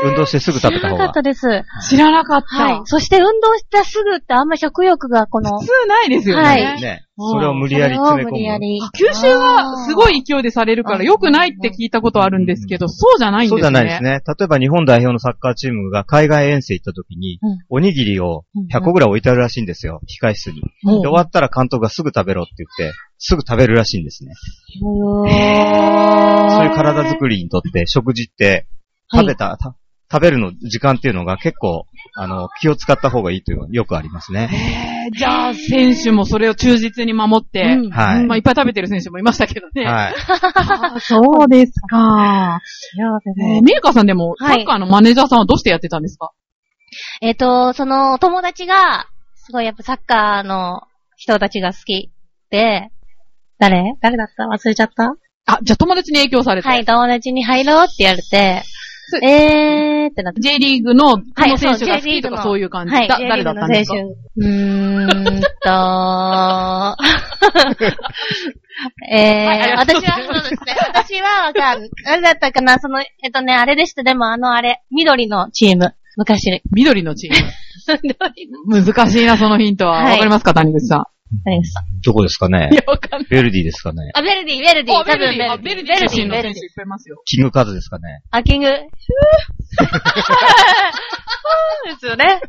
[SPEAKER 10] 運動してすぐ食べ
[SPEAKER 5] 知
[SPEAKER 10] た
[SPEAKER 5] ら
[SPEAKER 10] 方が
[SPEAKER 5] なかっ。たです。
[SPEAKER 2] 知らなかった。
[SPEAKER 5] はい。そして運動したすぐってあんま食欲がこの
[SPEAKER 2] 普、通ないですよね。
[SPEAKER 5] はい
[SPEAKER 10] ね。
[SPEAKER 2] うん
[SPEAKER 10] それを無
[SPEAKER 5] 無
[SPEAKER 10] 理やり詰め
[SPEAKER 5] 無理や
[SPEAKER 10] 込む。
[SPEAKER 5] り。
[SPEAKER 2] 吸収はすごい勢いでされるから良くないって聞いたことあるんですけど、そうじゃないんです
[SPEAKER 10] そう
[SPEAKER 2] ね。
[SPEAKER 10] じゃないですね。例えば日本代表のサッカーチームが海外遠征行った時に
[SPEAKER 5] うん、
[SPEAKER 10] おにぎりを100個ぐらい置いてあるらしいんですよ。控室に。で、終わったら監督がすぐ食べろって言って、すぐ食べるらしいんですね。そういう体づくりにとって食事って、食べた、た食べるの時間っていうのが結構、あの、気を使った方がいいというのはよくありますね。
[SPEAKER 2] えーじゃあ、選手もそれを忠実に守って、
[SPEAKER 10] はい。
[SPEAKER 2] まあ、いっぱい食べてる選手もいましたけどね。
[SPEAKER 10] はい。
[SPEAKER 2] そうですか。えーミルカさんでも、サ
[SPEAKER 5] はい
[SPEAKER 2] ッカーのマネージャーさんはどうしてやってたんですか
[SPEAKER 5] えっと、その、お友達が、すごいやっぱサッカーの人たちが好きで、誰誰だった忘れちゃった
[SPEAKER 2] あ、じゃあ友達に影響されて。
[SPEAKER 5] はい、友達に入ろうって言われて
[SPEAKER 2] そ、
[SPEAKER 5] えーってなって。
[SPEAKER 2] J リーグの、こ
[SPEAKER 5] はい
[SPEAKER 2] の選手が好
[SPEAKER 5] J リ
[SPEAKER 2] き
[SPEAKER 5] ーグ
[SPEAKER 2] と
[SPEAKER 5] の
[SPEAKER 2] かそういう感じ。
[SPEAKER 5] はい、
[SPEAKER 2] だ
[SPEAKER 5] J
[SPEAKER 2] 誰だったんですか
[SPEAKER 5] リーグの選手うー んと、え
[SPEAKER 2] はいあり
[SPEAKER 5] ー、
[SPEAKER 2] がとう
[SPEAKER 5] 私
[SPEAKER 2] ござ、
[SPEAKER 5] はいそ
[SPEAKER 2] ます
[SPEAKER 5] うですね、私はわかん、誰だったかな、 その、えっとね、あれでした、でもあのあれ、緑のチーム、昔。
[SPEAKER 2] 緑のチー
[SPEAKER 5] 緑の
[SPEAKER 2] ム。難しいな、そのヒントは。
[SPEAKER 5] はい
[SPEAKER 2] わかりますか、谷口さ
[SPEAKER 5] 何ですか
[SPEAKER 10] どこですかね
[SPEAKER 2] ん。いや、わかんない。
[SPEAKER 10] ベルディですかね。
[SPEAKER 5] あ、ベルディ、ベルディ、多
[SPEAKER 2] あ
[SPEAKER 5] 分ベルデ
[SPEAKER 2] あ
[SPEAKER 5] ィ。
[SPEAKER 2] ベルデ
[SPEAKER 5] ベ
[SPEAKER 2] ィ
[SPEAKER 5] ルデ
[SPEAKER 2] 出身
[SPEAKER 5] ィ、
[SPEAKER 2] の
[SPEAKER 5] ベル
[SPEAKER 2] 選
[SPEAKER 5] ディ
[SPEAKER 2] 手。いっぱいいますよ。
[SPEAKER 10] キングカズですかね。
[SPEAKER 5] あ、キング。ふぅふぅですよね。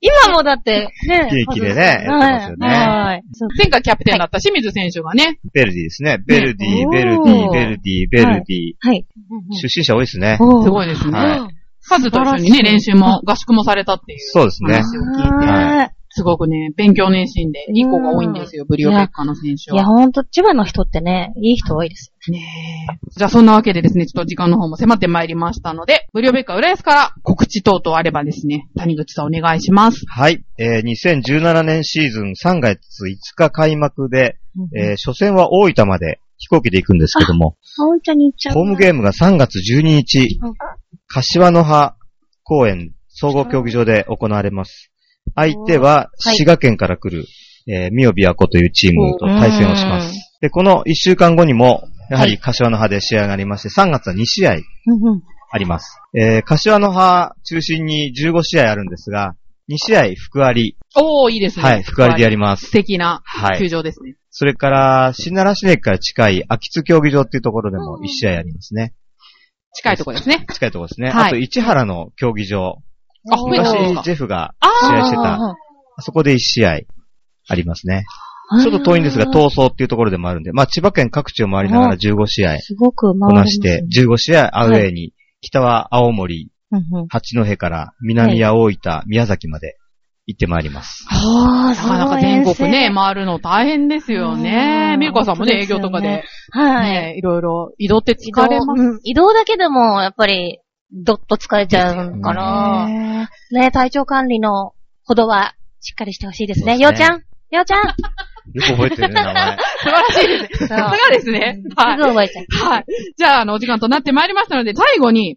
[SPEAKER 5] 今もだって、ね。
[SPEAKER 10] 現役でね
[SPEAKER 5] はい
[SPEAKER 10] やってますよね
[SPEAKER 5] はい。
[SPEAKER 2] 前回キャプテンだった清水選手がね、
[SPEAKER 10] ベルディですね。ベルデ
[SPEAKER 5] お
[SPEAKER 10] ィ、
[SPEAKER 5] ー
[SPEAKER 10] ベルディ、ベルディ、ベルディ。
[SPEAKER 5] はい。
[SPEAKER 10] 出身者多いですね。
[SPEAKER 5] おー
[SPEAKER 2] すごいですね。
[SPEAKER 10] はい。
[SPEAKER 2] カズと一緒にね、練習も、合宿もされたっていう。
[SPEAKER 10] そうですね。
[SPEAKER 2] 話を聞いて
[SPEAKER 5] あー
[SPEAKER 2] すごくね、勉強熱心で、いい子が多いんですよ、ブリオベッカの選手
[SPEAKER 5] いや、
[SPEAKER 2] は。
[SPEAKER 5] ほんと、千葉の人ってね、いい人多いです。
[SPEAKER 2] ねえじゃあそんなわけでですね、ちょっと時間の方も迫ってまいりましたので、ブリオベッカ浦安から告知等々あればですね、谷口さんお願いします。
[SPEAKER 10] はい。えー2017年シーズン3月5日開幕で、えー初戦は大分まで飛行機で行くんですけども、
[SPEAKER 5] おいちゃんに行っちゃう。
[SPEAKER 10] ホームゲームが3月12日
[SPEAKER 5] うん、
[SPEAKER 10] 柏の葉公園総合競技場で行われます。相手は
[SPEAKER 5] はい
[SPEAKER 10] 滋賀県から来る、えー、みよびやこというチームと対戦をします
[SPEAKER 5] う。
[SPEAKER 10] で、この1週間後にも、やはり柏の葉で試合がありまして、3月は2試合
[SPEAKER 5] うんうん
[SPEAKER 10] あります。えー、柏の葉中心に15試合あるんですが、2試合福あり、
[SPEAKER 2] おー、いいですね。
[SPEAKER 10] はい、福ありでやりま
[SPEAKER 2] 素
[SPEAKER 10] す。
[SPEAKER 2] 敵な
[SPEAKER 10] は
[SPEAKER 2] 球
[SPEAKER 10] い。
[SPEAKER 2] 場ですね。
[SPEAKER 10] それから、新奈良市の駅から近い秋津競技場っていうところでも1試合ありますね。
[SPEAKER 2] 近いところですね。
[SPEAKER 10] 近いところですね。
[SPEAKER 2] はい
[SPEAKER 10] あと、市原の競技場。
[SPEAKER 2] あ、増えてきまし
[SPEAKER 10] 昔、
[SPEAKER 2] た
[SPEAKER 10] ジェフが
[SPEAKER 2] あ
[SPEAKER 10] 試合
[SPEAKER 2] ー
[SPEAKER 10] してた。あそこで1試合ありますね。
[SPEAKER 5] はい
[SPEAKER 10] ちょっと遠いんですが、闘争っていうところでもあるんで、まあ、千葉県各地を回りながら15試合
[SPEAKER 5] すごく
[SPEAKER 10] こ
[SPEAKER 5] 回
[SPEAKER 10] な
[SPEAKER 5] り
[SPEAKER 10] して、15試合アウェイに、北は青森、
[SPEAKER 3] うんうん。
[SPEAKER 4] 八戸から南や大分、宮崎まで行ってまいります。
[SPEAKER 3] あ
[SPEAKER 2] な
[SPEAKER 3] あ、
[SPEAKER 2] かなか全国ね、回るの大変ですよね
[SPEAKER 3] う。ん
[SPEAKER 2] ミルカさんもね、営業とかで、
[SPEAKER 3] はい。
[SPEAKER 2] ね、いろいろ移動って
[SPEAKER 3] 移
[SPEAKER 2] 疲
[SPEAKER 3] 動
[SPEAKER 2] れます。
[SPEAKER 3] うん移動だけでも、やっぱり、どっと疲れちゃうか
[SPEAKER 4] あ
[SPEAKER 3] ら、ね、体調管理のほどは、しっかりしてほしいですね。
[SPEAKER 4] そ
[SPEAKER 3] よ
[SPEAKER 4] う
[SPEAKER 3] う
[SPEAKER 4] です
[SPEAKER 3] ち
[SPEAKER 4] ね
[SPEAKER 3] ゃんようちゃん
[SPEAKER 4] よく覚えてるね、 名前。
[SPEAKER 2] 素晴らしいですね。
[SPEAKER 3] そう
[SPEAKER 2] さ すがですね。は
[SPEAKER 3] す
[SPEAKER 2] い
[SPEAKER 3] ぐ。覚えちゃう。
[SPEAKER 2] はい。じゃあ、あの、お時間となってまいりましたので、最後に、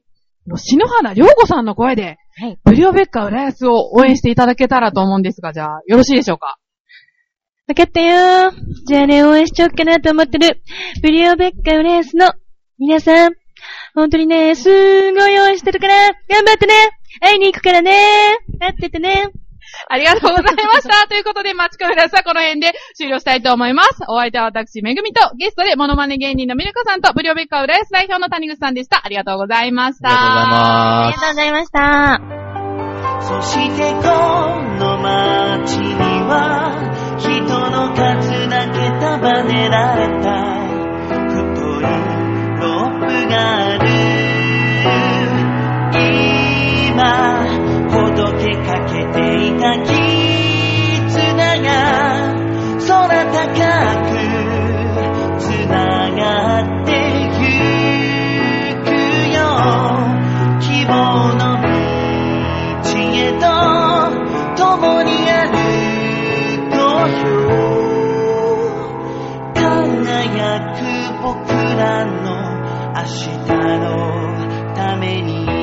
[SPEAKER 2] 篠原涼子さんの声で、
[SPEAKER 3] はい
[SPEAKER 2] ブリオベッカ浦安を応援していただけたらと思うんですが、じゃあ、よろしいでしょうか
[SPEAKER 5] 分かったよじゃあね、応援しちゃおうかなと思ってる。ブリオベッカウレースの皆さん、本当にね、すーごい応援してるから、頑張ってね会いに行くからね待っててね
[SPEAKER 2] ありがとうございました。 ということで、町子フラスはこの辺で終了したいと思います。お相手は私、めぐみと、ゲストでモノマネ芸人のミルコさんと、ブリオベッカ浦安代表の谷口さんでした。ありがとうございました。
[SPEAKER 4] あ
[SPEAKER 5] あ
[SPEAKER 4] り
[SPEAKER 5] り
[SPEAKER 4] がとう
[SPEAKER 5] がとう
[SPEAKER 4] ございます。
[SPEAKER 5] ございまし
[SPEAKER 10] そ
[SPEAKER 5] た。
[SPEAKER 10] してこの街には人の数だけ束ねられた太いロープがある今ほどけかけていた絆が空高くつながってゆくよ希望の道知恵と共に歩こうよ輝く僕らの明日のために